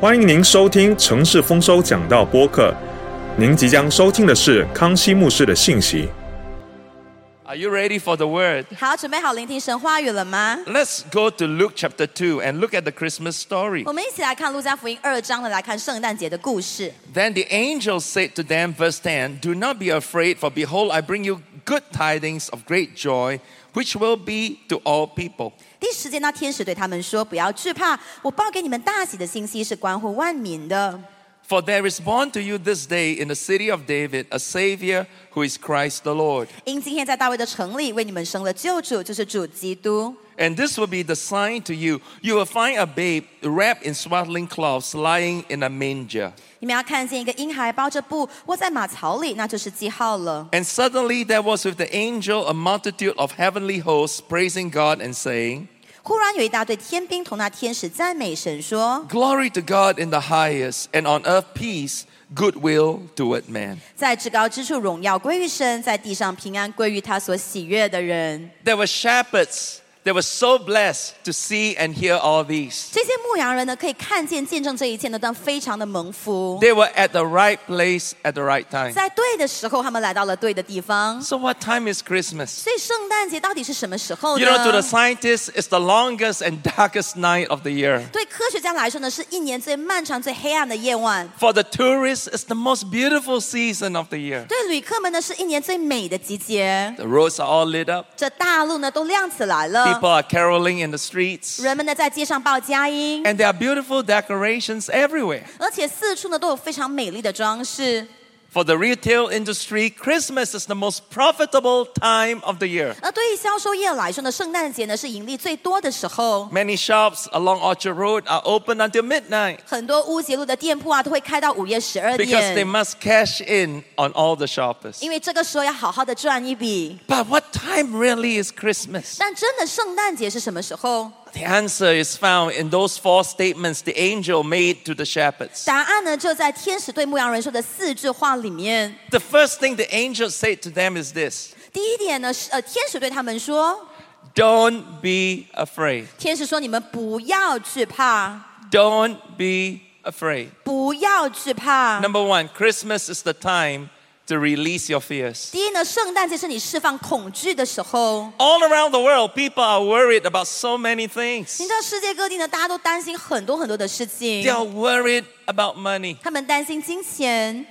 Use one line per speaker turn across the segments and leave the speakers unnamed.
欢迎您收听《城市丰收讲道》播客。您即将收听的是康熙牧师的信息。
Are you ready for the word?
好，准备好聆听神话语了吗？
Let's go to Luke chapter 2 and look at the Christmas story.
我们一起来看《路加福音》二章的，来看圣诞节的故事。
Then the angel said to them, verse 10, Do not be afraid, for behold, I bring you good tidings of great joy, which will be to all people.
第十节，那天使对他们说：“不要惧怕，我报给你们大喜的信息是关乎万民的。
For there is born to you this day in the city of David a Savior who is Christ the Lord.
因今天在大卫的城里为你们生了救主，就是主基督。
And this will be the sign to you. You will find a babe wrapped in swaddling cloths, lying in a manger.
你们要看见一个婴孩包着布卧在马槽里，那就是记号了。
And suddenly there was with the angel a multitude of heavenly hosts praising God and saying, ”
忽然有一大队天兵同那天使赞美神说
Glory to God in the highest, and on earth peace, goodwill toward man.：“
在至高之处荣耀归于神，在地上平安归于他所喜悦的人。”
There were shepherds that were so blessed to see and hear all these.
这些牧羊人呢，可以看见、见证这一切呢，但非常的蒙福。
They were at the right place at the right time.
在对的时候，他们来到了对的地方。
So, what time is Christmas?
所以圣诞节到底是什么时候
You know, to the
呢？
scientists, it's the longest and darkest night of the year.
对科学家来说呢，是一年最漫长、最黑暗的夜晚；
For the tourists, it's the most beautiful season of the year.
对旅客们呢，是一年最美的季节。
The roads are all lit up.
这大陆呢，都亮起来
People
了，
are caroling in the streets.
人们呢在街上报佳音，
And there are beautiful decorations everywhere.
而且四处呢都有非常美丽的装饰。
For the retail industry, Christmas is the most profitable time of the year.
而对于销售业来说呢，圣诞节呢是盈利最多的时候。
Many shops along Orchard Road are open until midnight
很多乌节路的店铺啊，都会开到午夜十二
because
点
they。must cash in on all the shoppers.
因为这个时候要好好的赚一笔。
But what time really is Christmas?
但真的圣诞节是什么时候？
The answer is found in those four statements the angel made to the shepherds.
答案呢就在天使对牧羊人说的四句话里面。
The first thing the angel said to them is this
第一点呢是呃，天使对他们说，
Don't be afraid.
天使说你们不要惧怕，
Don't be afraid.
不要惧怕。
Number one, Christmas is the time to release your fears.
第一呢，圣诞节是你释放恐惧的时候。
All around the world, people are worried about so many things.
你知道世界各地呢，大家都担心很多很多的事情
They，are worried about money
他们担心金钱，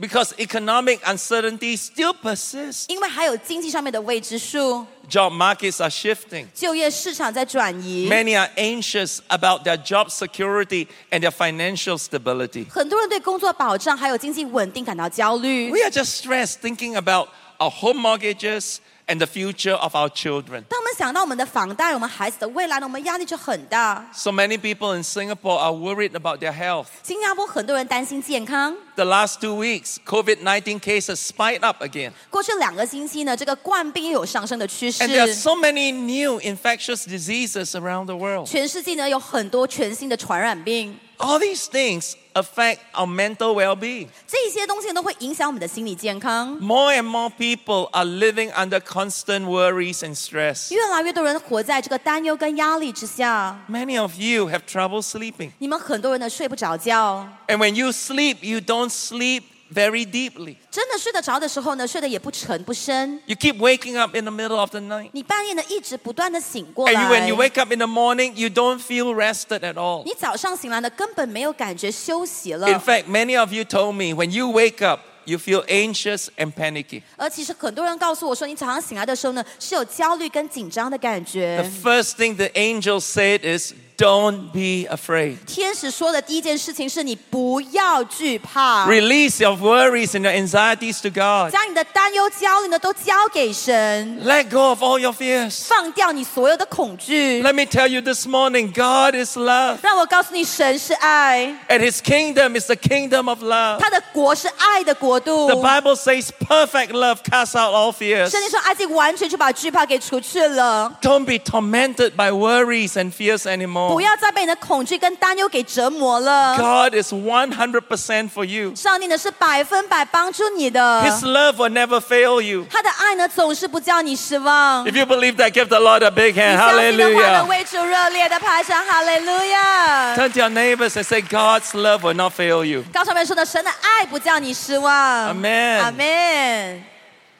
because economic uncertainty still persists.
因为还有经济上面的未知数，
Job markets are shifting.
就业市场在转移。
Many are anxious about their job security and their financial stability.
很多人对工作保障还有经济稳定感到焦虑。
We are just stressed thinking about our home mortgages and the future of our children.
当我们想到我们的房贷、我们孩子的未来呢，我们压力就很大。
So many people in Singapore are worried about their health.
新加坡很多人担心健康，
The last two weeks, COVID 19 cases spiked up again.
过去两个星期呢，这个冠病又有上升的趋势
And。there are so many new infectious diseases around the world.
全世界呢有很多全新的传染病，
All these things affect our mental well being.
这些东西呢都会影响我们的心理健康。
More and more people are living under constant worries and stress.
越来越多人活在这个担忧跟压力之下，
Many of you have trouble sleeping.
你们很多人呢睡不着觉，
And when you sleep, you don't sleep very deeply.
真的睡得着的时候呢，睡得也不沉不深。
You keep waking up in the middle of the night.
你半夜呢一直不断的醒过
And you,
来
when you wake up in the morning, you don't feel rested at all.
你早上醒来呢根本没有感觉休息了。
In fact, many of you told me when you wake up, you feel anxious and panicky.
而其实很多人告诉我说，你早上醒来的时候呢，是有焦虑跟紧张的感
The
觉。
first thing the angel said is, Don't be afraid.
天使说的第一件事情是你不要惧怕，
Release your worries and your anxieties to God.
将你的担忧、焦虑呢都交给神，
Let go of all your fears.
放掉你所有的恐惧。
Let me tell you this morning God is love,
让我告诉你，神是爱，
and His kingdom is the kingdom of love.
他的国是爱的国度
Oh The。Bible says, Perfect love casts out all fears.
圣经说，爱情完全就把惧怕给除去了。
Don't be tormented by worries and fears anymore.
不要再被你的恐惧跟担忧给折磨了。
Oh God is 100% for you.
上帝呢是百分百帮助你的，
His love will never fail you.
他的爱呢总是不叫你失望。
If you believe that, give the Lord a big
你
hand.
相信的话呢，
Hallelujah.
为主热烈的拍掌，哈利路亚！
Turn to your neighbors and say, God's love will not fail you.
刚上面说的，神的爱不叫你失望。
Amen
阿门。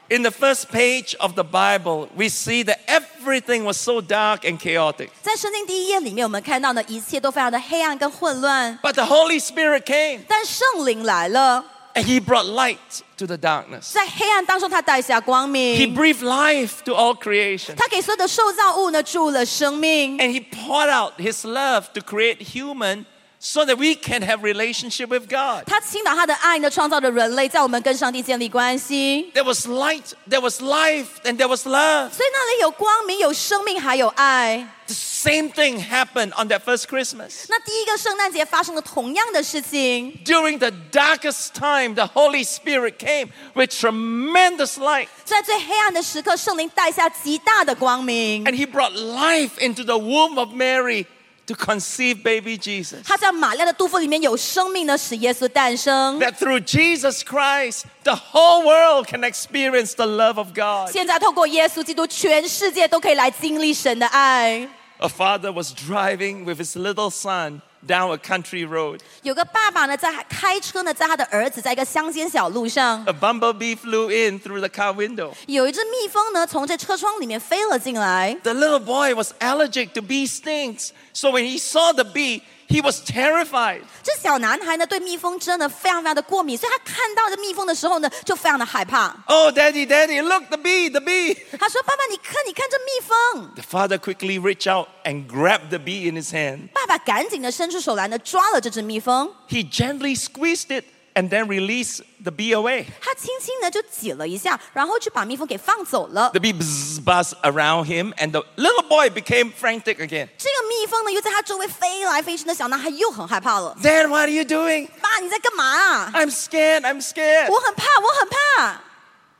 In the first page of the Bible, we see that everything was so dark and chaotic.
在圣经第一页里面，我们看到呢，一切都非常的黑暗跟混乱，
But the Holy Spirit came
但圣灵来了，
and He brought light to the darkness.
在黑暗当中，他带下光
He
明，
breathed life to all creation.
他给所有的受造物呢注入了生命，
And He poured out His love to create human so that we can have relationship with God.
他倾倒他的爱呢，创造着人类，在我们跟上帝建立关系。
There was light, there was life, and there was love.
所以那里有光明，有生命，还有爱。
The same thing happened on that first Christmas.
那第一个圣诞节发生了同样的事情，
During the darkest time, the Holy Spirit came with tremendous light
在最黑暗的时刻，圣灵带下极大的光明，
and he brought life into the womb of Mary to conceive baby Jesus.
他在玛利亚的肚腹里面有生命呢，使耶稣诞生。
That through Jesus Christ, the whole world can experience the love of God.
现在透过耶稣基督，全世界都可以来经历神的爱。
A father was driving with his little son down a country road.
有个爸爸呢，在他开车呢，在他的儿子在一个乡间小路上，
A bumblebee flew in through the car window.
有一只蜜蜂呢，从这车窗里面飞了进来。
The little boy was allergic to bee stings, so when he saw the bee, he was terrified.
这小男孩呢，对蜜蜂真的非常非常的过敏，所以他看到这蜜蜂的时候呢，就非常的害怕。
Oh, daddy, daddy, look, the bee, the bee.
他说：“爸爸，你看，你看这蜜蜂。
The father quickly reached out and grabbed the bee in his hand. ”
爸爸赶紧的伸出手来呢，抓了这只蜜蜂，
He gently squeezed it and then released the bee away.
他轻轻呢就挤了一下，然后就把蜜蜂给放走了
The。bee bzz, buzzed around him, and the little boy became frantic again.
这个蜜蜂呢，又在他周围飞来飞去，那小男孩又很害怕了。
Dad, what are you doing?
爸，你在干嘛啊？
I'm scared, I'm scared.
我很怕，我很怕。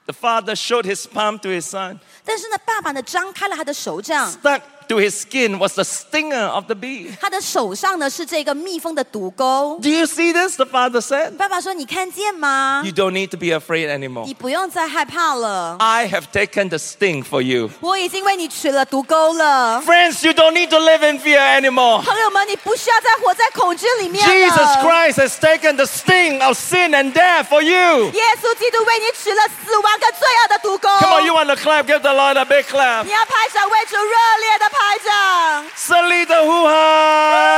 The father showed his palm to his son.
但是呢，爸爸呢张开了他的手掌，
Stuck to his skin was the stinger of the bee.
他的手上呢是这个蜜蜂的毒钩。
Do you see this? The father said.
爸爸说：“你看见吗
You？don't need to be afraid anymore.
你不用再害怕了，
I have taken the sting for you.
我已经为你取了毒钩了。
Friends, you don't need to live in fear anymore.
朋友们，你不需要再活在恐惧里面了。
Jesus Christ has taken the sting of sin and death for you.
耶稣基督为你取了死亡跟罪恶的毒钩。
Come on, you want to clap? Give the Lord a big clap.
你要拍掌，为主热烈的拍掌。
Salita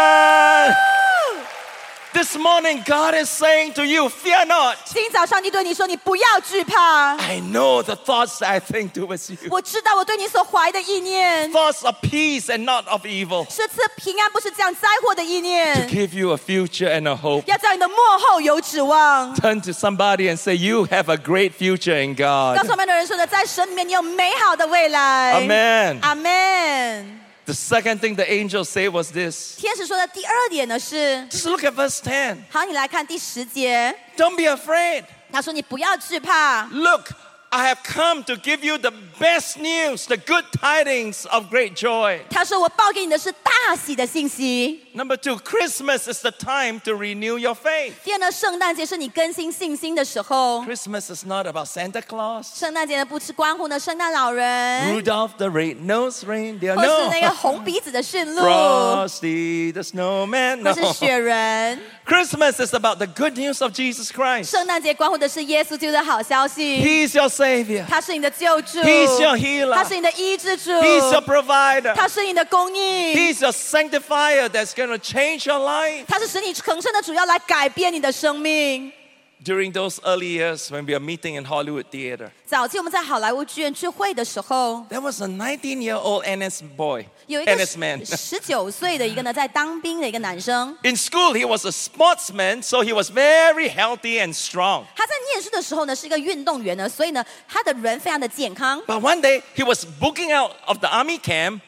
This morning, God is saying to you, fear not.
今早上帝对你说，你不要惧怕。
I know the thoughts that I think towards you.
我知道我对你所怀的意念
Thoughts of peace and not of evil.
是赐平安，不是降灾祸的意
To
念。
give you a future and a hope.
要叫你的幕后有指望。
Turn to somebody and say, you have a great future in
告诉
God.
我们的人说呢，在神里面你有美好的未来。
Amen.
阿门。
The second thing the angel said was this.
天使说的第二点呢是，
Just look at verse 10.
好，你来看第十节，
Don't be afraid.
他说你不要惧怕，
Look, I have come to give you the best news, the good tidings of great joy.
他说我报给你的是大喜的信息。
Number two, Christmas is the time to renew your faith.
第二呢，圣诞节是你更新信心的时候。
Christmas is not about Santa Claus,
圣诞节呢，不吃关乎呢圣诞老人，
Rudolph the Red-Nosed Reindeer,
或是那个
no.
红鼻子的驯鹿，或
Frosty the Snowman,
是
no.
雪人。
Christmas is about the good news of Jesus Christ.
圣诞节关乎的是耶稣基督的好消息，
He's your Savior.
他是你的救主，
He's your healer
他是你的医治主，
He's your provider.
他是你的供应。
He's your sanctifier that's going to change your life.
它是使你成圣的主要来改变你的生命。
During those early years when we were meeting in Hollywood Theater,
早期我们在好莱坞剧院聚会的时候，
There was a 19 year old NS boy,
有一
NS man.
个十九岁的一个呢在当兵的一个男生，
In school, he was a sportsman, so he was very healthy and strong.
他在念书的时候呢是一个运动员呢，所以呢他的人非常的健康。
But one day, he was booking out of the army camp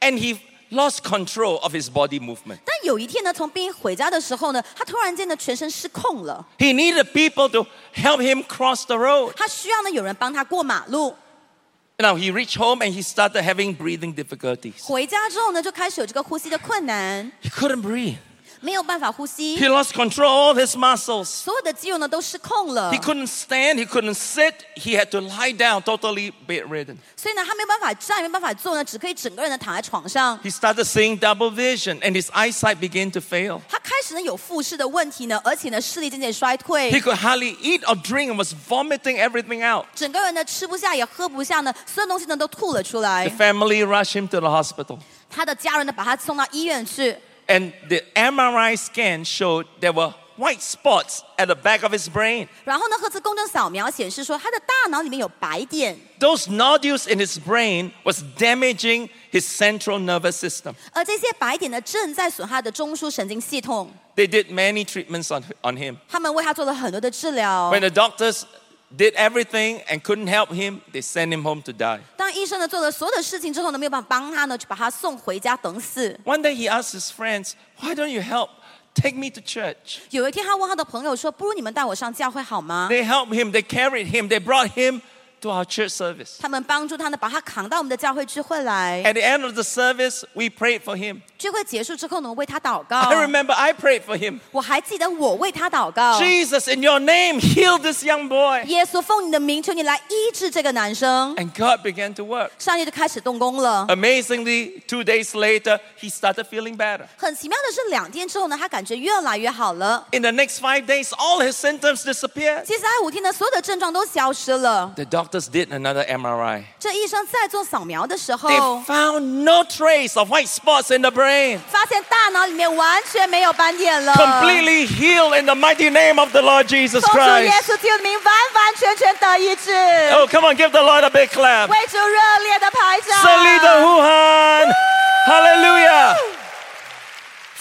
and he lost control of his body movement.
但有一天呢，从兵回家的时候呢，他突然间呢全身失控了，
He needed people to help him cross the road.
他需要呢有人帮他过马路。
Now he reached home and he started having breathing difficulties.
回家之后呢，就开始有这个呼吸的困难，
He couldn't breathe.
没有办法呼吸
He，lost control of all his muscles.
所有的肌肉呢都失控了
He，couldn't stand, he couldn't sit, he had to lie down, totally bedridden.
所以呢，他没有办法站，没有办法坐呢，只可以整个人呢躺在床上。
He started seeing double vision and his eyesight began to fail.
他开始呢有复视的问题呢，而且呢视力渐渐衰退
He，could hardly eat or drink and was vomiting everything out.
整个人呢吃不下也喝不下呢，所有东西呢都吐了出
The
来。
family rushed him to the hospital.
他的家人呢把他送到医院去，
And the MRI scan showed there were white spots at the back of his brain.
然后呢核磁共振扫描显示说他的大脑里面有白点，
Those nodules in his brain was damaging his central nervous system.
而这些白点呢正在损害他的中枢神经系统。
They did many treatments on, on him.
他们为他做了很多的治疗。
When the doctors did everything and couldn't help him, they sent him home to die.
当医生呢做了所有的事情之后呢，没有办法帮他呢，就把他送回家等死。
One day he asked his friends, Why don't you help? Take me to church.
有一天，他问他的朋友说：“不如你们带我上教会好吗
They helped him, they carried him, they brought him to our church？”service.
他们帮助他呢，把他扛到我们的教会聚会来。
At the end of the service, we prayed for him.
聚会结束之后呢，我为他祷
I
告。
remember I prayed for him.
我还记得我为他祷告。
Jesus, in your name, heal this young boy.
耶稣奉你的名，求你来医治这个男生。
And God began to work.
上帝就开始动工了。
Amazingly, two days later, he started feeling better.
很奇妙的是，两天之后呢，他感觉越来越好了。
In the next five days, all his symptoms disappeared.
接下来五天呢，所有的症状都消失了。
The doctors did another MRI.
这医生在做扫描的时候，
They found no trace of white spots in the brain.
发现大脑里面完全没有斑点了。
Completely healed in the mighty name of the Lord Jesus
奉主耶
Christ.
稣基督的名，完完全全得医治，
Oh, come on, give the Lord a big clap.
为主热烈的拍掌。
胜利的呼喊。Hallelujah.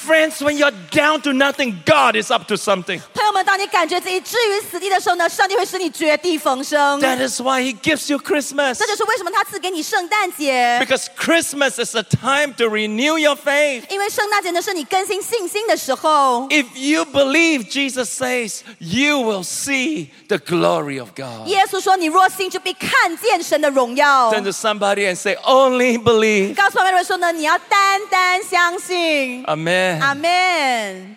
Friends, when you're down to nothing, God is up to something.
朋友们，当你感觉自己置于死地的时候呢，上帝会使你绝地逢生。
That is why He gives you Christmas.
这就是为什么他赐给你圣诞节，
Because Christmas is a time to renew your faith.
因为圣诞节呢是你更新信心的时候。
If you believe, Jesus says, you will see the glory of God.
耶稣说：“你若信，就必看见神的荣耀。”
Turn to somebody and say, only believe.
告诉旁边的人说呢，你要单单相信。
Amen.
阿门。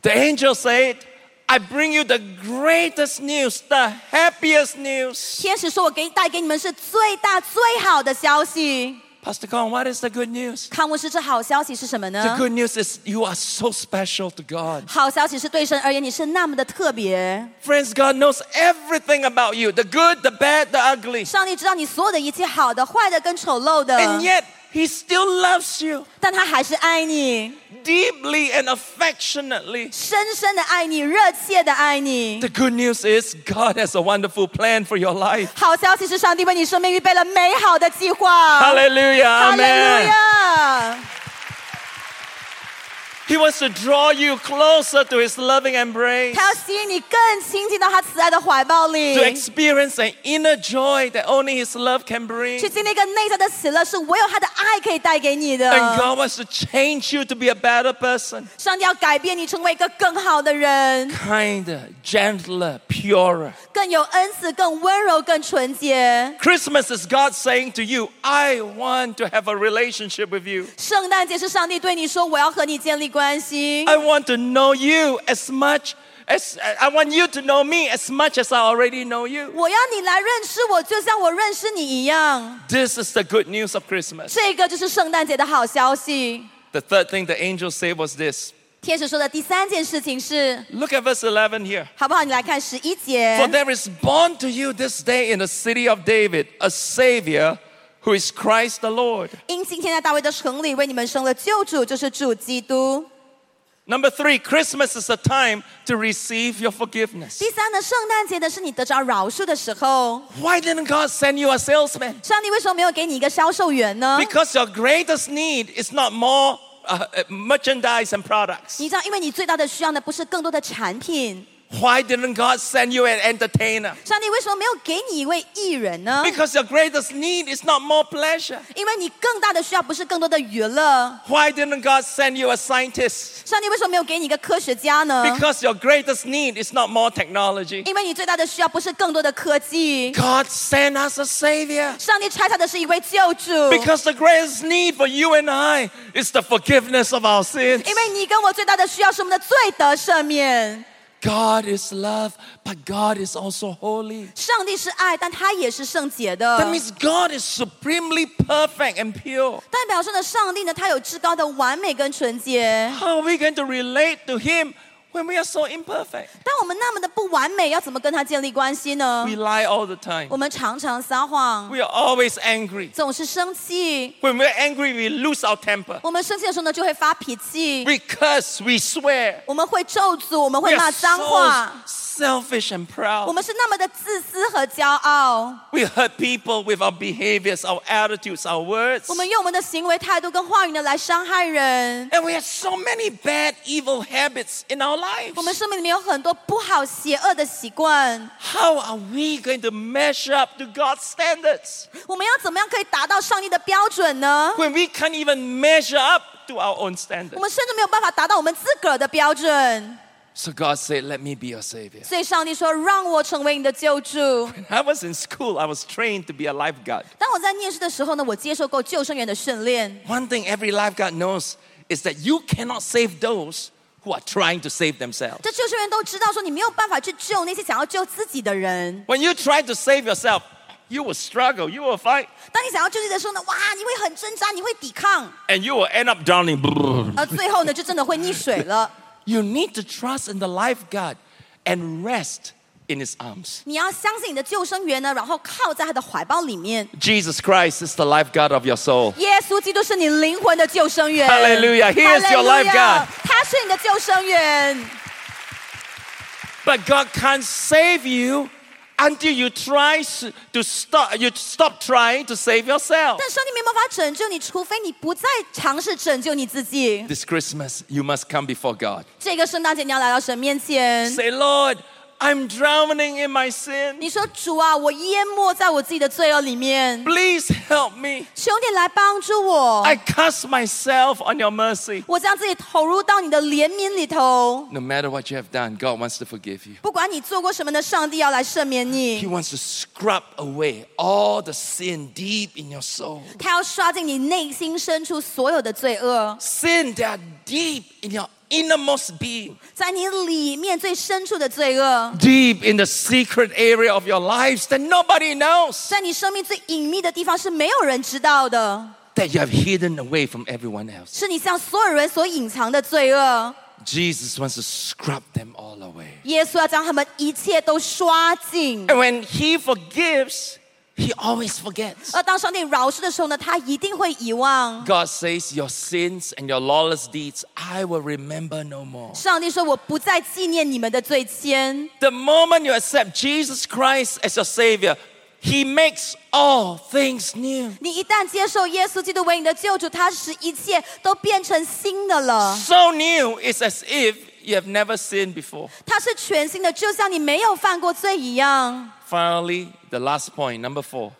The angel said, I bring you the greatest news, the happiest news.
天使说：“我给带给你们是最大最好的消息。
Pastor Kong, what is the good news? ”
康牧师，这好消息是什么
The
呢？
good news is you are so special to God.
好消息是对神而言，你是那么的特别。
Friends, God knows everything about you the good, the bad, the ugly.
上帝知道你所有的一切，好的、坏的跟丑陋
And
的，
yet, He still loves you
但他还是爱你，
deeply and affectionately.
深深的爱你，热切的爱你
The。good news is God has a wonderful plan for your life.
好消息是，上帝为你生命预备了美好的计划。
Hallelujah.
哈利
Amen.
路亚！
He wants to draw you closer to His loving embrace.
他要吸引你更亲近到他慈爱的怀抱
to
里，
experience an inner joy that only His love can
去
bring.
经历一个内在的喜乐，是唯有他的爱可以带给你的。
And God wants to change you to be a better person,
上帝要改变你，成为一个更好的人，
kinder, gentler, purer.
更有恩慈、更温柔、更纯洁。
Christmas is God saying to you, I want to have a relationship with you.
圣诞节是上帝对你说：“我要和你建立关系。
I want to know you as much as I want you to know me as much as I already know you.
我要你来认识我，就像我认识你一样。
This is the good news of ” Christmas.
这个就是圣诞节的好消息。
The third thing the angel said was this.
天使说的第三件事情是，
Look at verse 11 here.
好不好？你来看十一
For
节。
there is born to you this day in the city of David a Savior who is Christ the Lord.
因今天在大卫的城里为你们生了救主，就是主基督。
Number three, Christmas is a time to receive your forgiveness.
第三呢，圣诞节呢是你得着饶恕的时候。
Why didn't God send you a salesman?
上帝为什么没有给你一个销售员呢？
Because your greatest need is not more uh, uh, merchandise and products.
你知道，因为你最大的需要呢，不是更多的产品，
Why didn't God send you an entertainer?
上帝为什么没有给你一位艺人呢？
Because your greatest need is not more pleasure.
因为你更大的需要不是更多的娱乐。
Why didn't God send you a scientist?
上帝为什么没有给你一个科学家呢？
Because your greatest need is not more technology.
因为你最大的需要不是更多的科技。
God sent us a savior.
上帝差他的是一位救主。
Because the greatest need for you and I is the forgiveness of our sins.
因为你跟我最大的需要是我们的罪得赦免。
God is love, but God is also holy.
上帝是爱，但他也是圣洁的。
That means God is supremely perfect and pure.
代表说呢，上帝呢，他有至高的完美跟纯洁。
How are we going to relate to Him when we are so imperfect?
当我们那么的不完美，要怎么跟他建立关系呢？
We lie all the time.
我们常常撒谎，
We are always angry.
总是生气。
When we're angry, we lose our temper.
我们生气的时候呢，就会发脾气。
We curse, we swear.
我们会咒诅，我们会
We
骂
are
脏
so
话，
selfish and
我
proud.
们是那么的自私和骄傲。
We hurt people with our behaviors, our attitudes, our words.
我们用我们的行为、态度跟话语呢来伤害人。
And we have so many bad, evil habits in our
我们
lives.
生命里面有很多不好、邪恶的习惯，
How are we going to measure up to God's standards
我们要怎么样可以达到上帝的标准呢？
when we can't even measure up to our own
我
standards?
们甚至没有办法达到我们自个儿的标准。
So God said, Let me be your savior.
所以上帝说：“让我成为你的救主。
When I was in school, I was trained to be a lifeguard. ”
当我在念书的时候呢，我接受过救生员的训练。
One thing every lifeguard knows is that you cannot save those who are trying to save themselves.
这救生员都知道说，你没有办法去救那些想要救自己的人。
When you try to save yourself, you will struggle, you will fight,
当你想要救自己的时候呢，哇，你会很挣扎，你会抵抗，
and you will end up drowning.
而最后呢，就真的会溺水了。
You need to trust in the lifeguard and rest in his arms.
你要相信你的救生员呢，然后靠在他的怀抱里面。
Jesus Christ is the lifeguard of your soul.
耶稣基督是你灵魂的救生员。
Hallelujah. He is your
Hallelujah.
lifeguard.
他是你的救生员。
But God can't save you until you try s- to stop you stop trying to save yourself.
但上帝没办法拯救你，除非你不再尝试拯救你自己。
This Christmas, you must come before God.
这个圣诞节你要来到神面前，
Say, Lord, I'm drowning in my sin.
你说主啊，我淹没在我自己的罪恶里面，
Please help me.
求你来帮助我。
I cast myself on your mercy.
我将自己投入到你的怜悯里头，
No matter what you have done, God wants to forgive you.
不管你做过什么的，上帝要来赦免
He
你，
wants to scrub away all the sin deep in your soul.
他要刷进你内心深处所有的罪恶，
Sin that are deep in your innermost being,
在你里面最深处的罪恶，
deep in the secret area of your lives that nobody knows,
在你生命最隐秘的地方是没有人知道的，
that you have hidden away from everyone else.
是你向所有人所隐藏的罪恶。
Jesus wants to scrub them all away.
耶稣要将他们一切都刷净。
And when He forgives, He always forgets.
而当上帝饶恕的时候呢，他一定会遗忘。
God says, Your sins and your lawless deeds, I will remember no more.
上帝说：“我不再纪念你们的罪愆。
The moment you accept Jesus Christ as your Savior, He makes all things new.
你一旦接受耶稣基督为你的救主，他使一切都变成新的了。
So new, it's as if you have never sinned before.
他是全新的，就像你没有犯过罪一样。
Finally, the last point, number four. ”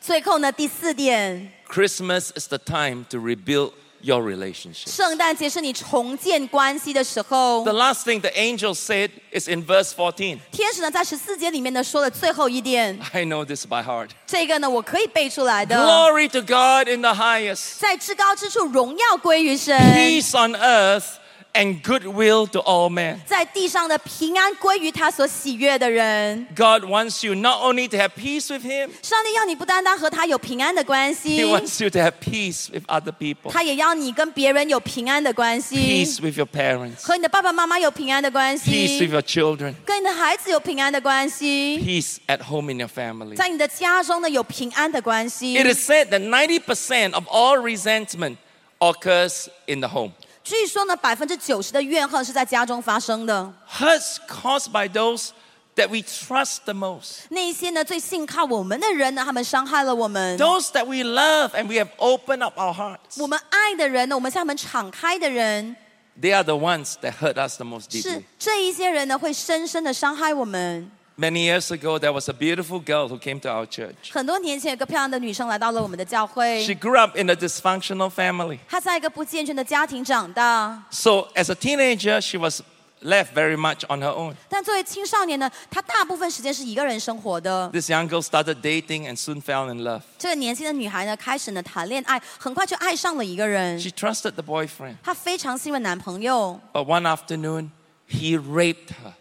最后呢，第四点，
Christmas is the time to rebuild your relationship.
圣诞节是你重建关系的时候
The。last thing the angel said is in verse 14.
天使呢，在十四节里面呢说了最后一点，
I know this by heart.
这个呢我可以背出来的，
Glory to God in the highest,
在至高之处荣耀归于神，
peace on earth, and goodwill to all men.
在地上的平安归于他所喜悦的人。
God wants you not only to have peace with Him,
上帝要你不单单和他有平安的关
He
系，
wants you to have peace with other people,
他也要你跟别人有平安的关系，
peace with your parents,
和你的爸爸妈妈有平安的关
peace
系
with，your children,
跟你的孩子有平安的关系，
peace at home in your family.
在你的家中呢有平安的关系
It。is said that 90% of all resentment occurs in the home.
据说呢，百分之九十的怨恨是在家中发生的，
Hurts caused by those that we trust the most,
那一些呢最信靠我们的人呢，他们伤害了我们。
those that we love and we have opened up our hearts.
我们爱的人呢，我们向他们敞开的人，
They are the ones that hurt us the most
是
deeply.
这一些人呢会深深的伤害我们。
Many years ago, there was a beautiful girl who came to our church.
很多年前，有个漂亮的女生来到了我们的教
She
会，
grew up in a dysfunctional family.
她在一个不健全的家庭长大，
So, as a teenager, she was left very much on her own.
但作为青少年呢，她大部分时间是一个人生活的。
This young girl started dating and soon fell in love.
这个年轻的女孩呢，开始呢谈恋爱，很快就爱上了一个人。
She trusted the boyfriend,
她非常信任男朋友，
but one afternoon, he raped her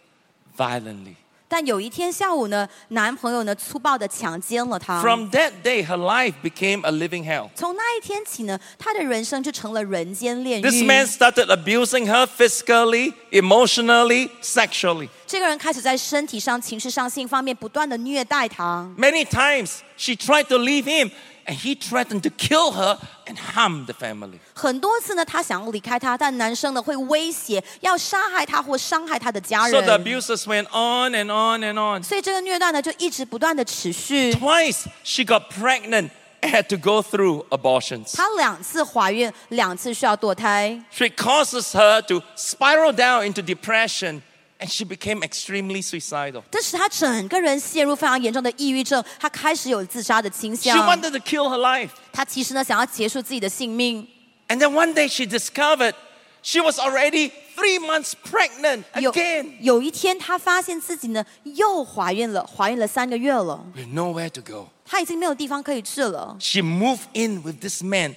violently.
但有一天下午呢，男朋友呢粗暴的强奸了她。
From that day, her life became a living hell.
从那一天起呢，她的人生就成了人间炼狱。
This man started abusing her physically, emotionally, sexually.
这个人开始在身体上、情绪上、性方面不断的虐待她。
Many times she tried to leave him and he threatened to kill her and harm the family.
很多次呢，她想要离开他，但男生呢会威胁要杀害她或伤害她的家
So the
人。
abuses went on and on and on.
所以这个虐待呢就一直不断的持续。
Twice she got pregnant and had to go through abortions.
她两次怀孕，两次需要堕胎，
It causes her to spiral down into depression and she became extremely suicidal.
这使她整个人陷入非常严重的抑郁症，她开始有自杀的倾
She
向。
wanted to kill her life.
她其实呢想要结束自己的性命。
And then one day she discovered she was already three months pregnant
有
again.
有一天，她发现自己呢又怀孕了，怀孕了三个月了，
With nowhere to go.
她已经没有地方可以去了。
She moved in with this man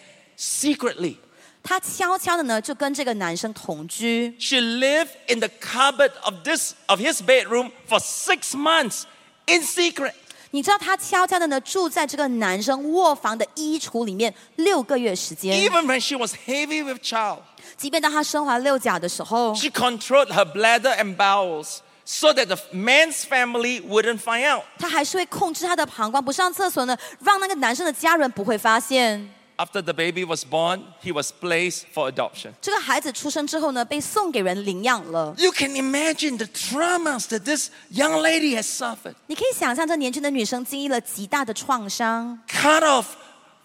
secretly.
她悄悄的呢就跟这个男生同居。
She lived in the cupboard of this of his bedroom for six months in secret.
你知道她悄悄的呢住在这个男生卧房的衣橱里面六个月时间，
Even when she was heavy with child,
即便当她身怀六甲的时候，
she controlled her bladder and bowels so that the man's family wouldn't find out.
她还是会控制她的膀胱，不上厕所呢，让那个男生的家人不会发现。
After the baby was born, he was placed for adoption.
这个孩子出生之后呢，被送给人领养了。
You can imagine the traumas that this young lady has suffered.
你可以想象，这年轻的女生经历了极大的创伤，
Cut off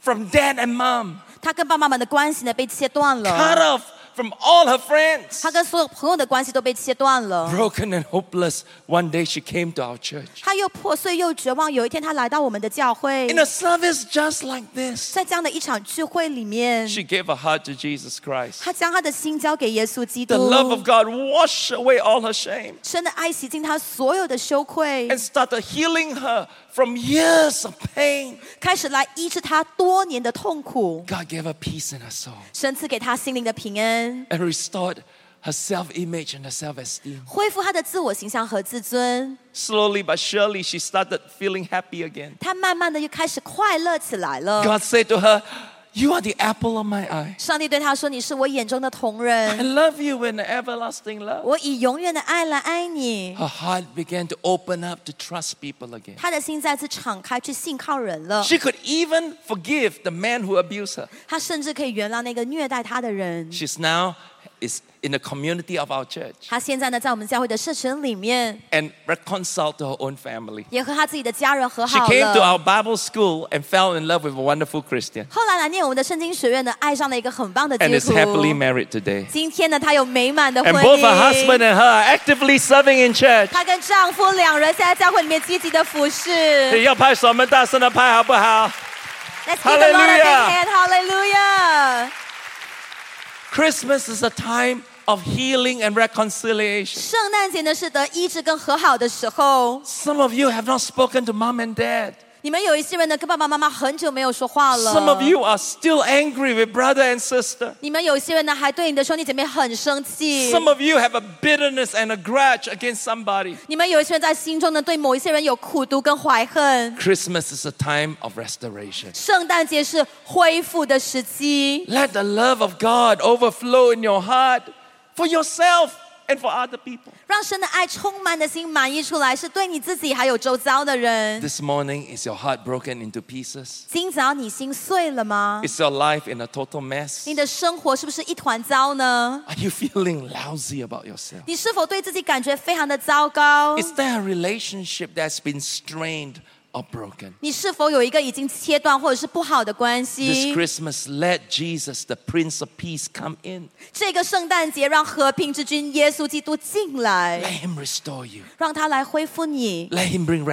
from dad and mom,
她跟爸爸妈妈的关系呢被切断
cut
了，
off from all her friends.
她跟所有朋友的关系都被切断了。
broken and hopeless, one day she came to our church.
她又破碎又绝望。有一天，她来到我们的教会，
In a service just like this,
在这样的一场聚会里面，
she gave her heart to Jesus Christ.
她将她的心交给耶稣基
The
督，
love of God washed away all her shame
神的爱洗净她所有的羞愧，
and started healing her from years of pain.
开始来医治她多年的痛苦。
God gave her peace in her soul
神赐给她心灵的平安，
and restored her self image and her self esteem.
恢复她的自我形象和自尊。
Slowly but surely, she started feeling happy again.
她慢慢的又开始快乐起来了。
God said to her, You are the apple of my eye.
上帝对她说：“你是我眼中的瞳
I
人，
love you with an everlasting love.
我以永远的爱来爱你。
Her heart began to open up to trust people again. ”
她的心再次敞开去信靠人了，
She could even forgive the man who abused her.
她甚至可以原谅那个虐待她的人。
She's now is in the community of our church
她现在呢，在我们教会的社群里面，
and reconciled to her own family.
也和她自己的家人和
She
好
came to
了。
our Bible school and fell in love with a wonderful Christian
后来来念我们的圣经学院呢，爱上了一个很棒的
and
基
is
督
happily married today.
今天呢，她有美满的婚
And both her husband
姻。
and her are actively serving in church.
她跟丈夫两人现在在教会里面积极的服 侍。
要拍手，我们大声的拍好不好？
Let's give the Lord a big
Hallelujah.
hand. Hallelujah.
Christmas is a time of healing and reconciliation.
圣诞节呢是得医治跟和好的时候。
Some of you have not spoken to mom and dad.
你们有一些人呢跟爸爸妈妈很久没有说话了。
Some of you are still angry with brother and sister.
你们有一些人呢还对你的兄弟姐妹很生气。
Some of you have a bitterness and a grudge against somebody.
你们有一些人在心中呢对某一些人有苦毒跟怀恨。
Christmas is a time of restoration.
圣诞节是恢复的时机，
Let the love of God overflow in your heart for yourself and for other people.
让神的爱充满的心满溢出来，是对你自己还有周遭的人。
This morning, is your heart broken into pieces?
今早你心碎了吗？
Is your life in a total mess?
你的生活是不是一团糟呢？
Are you feeling lousy about yourself?
你是否对自己感觉非常的糟糕？
Is there a relationship that's been strained or broken.
你是否有一个已经切断或者是不好的关
This
系？
Christmas, let Jesus, the Prince of Peace, come in.
这个圣诞节让和平之君耶稣基督进来
Let，Him restore you.
让他来恢复你，
Let Him bring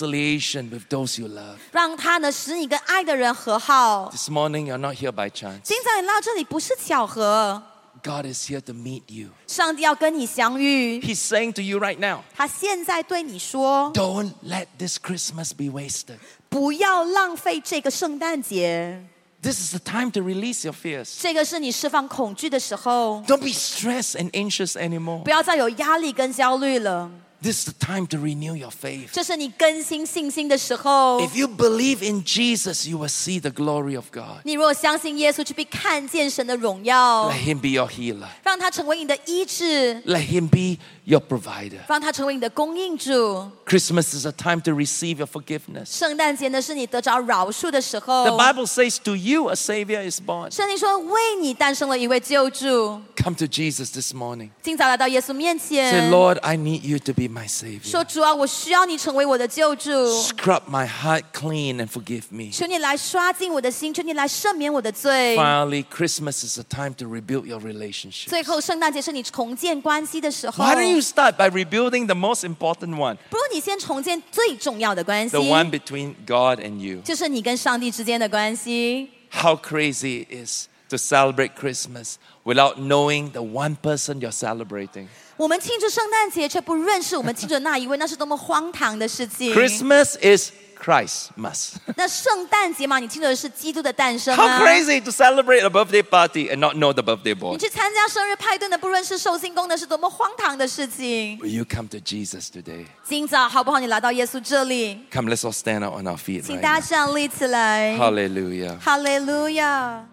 reconciliation with those you love.
让他呢使你跟爱的人和好。
This morning, you're not here by chance.
今早你来到这里不是巧合，
God is here to meet you.
上帝要跟你相遇，
He's saying to you right now,
他现在对你说
don't let this Christmas be wasted.
不要浪费这个圣诞节，
This is the time to release your fears.
这个是你释放恐惧的时候，
Don't be stressed and anxious anymore.
不要再有压力跟焦虑了，
This is the time to renew your faith.
这是你更新信心的时候。
If you believe in Jesus, you will see the glory of God.
你如果相信耶稣，就必看见神的荣耀
Let，Him be your healer.
让他成为你的医治，
Let Him be your provider.
让他成为你的供应主。
Christmas is a time to receive your forgiveness.
圣诞节呢，是你得着饶恕的时候
The。Bible says, To you a Savior is born.
圣经说，为你诞生了一位救主。
Come to Jesus this morning.
今早来到耶稣面
Say,
前，
Lord, I need you to be my
说
Savior.
主啊，我需要你成为我的救主，
Scrub my heart clean and forgive me.
求你来刷净我的心，求你来赦免我的罪。
Finally, Christmas is a time to rebuild your relationship.
最后，圣诞节是你重建关系的时候。
Why don't you start by rebuilding the most important one?
不如你先重建最重要的关系
The，one between God and you.
就是你跟上帝之间的关系。
How crazy it is to celebrate Christmas without knowing the one person you're celebrating.
我们庆祝圣诞节，却不认识我们庆祝的那一位，那是多么荒唐的事情。
Christmas is Christmas.
那圣诞节嘛，你庆祝的是基督的诞生啊
How！crazy to celebrate a birthday party and not know the birthday
你
boy.
去参加生日派对呢，不认识寿星公呢，是多么荒唐的事情。
Will you come to Jesus today?
今早好不好？你来到耶稣这里，
Come, let's all stand up on our feet.
请
Right
大
now.
家站立起来。
Hallelujah.
哈利路亚！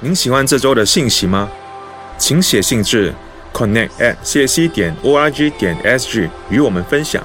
您喜欢这周的信息吗？请写信至 connect at 谢 c 点 o r g 点 s g 与我们分享。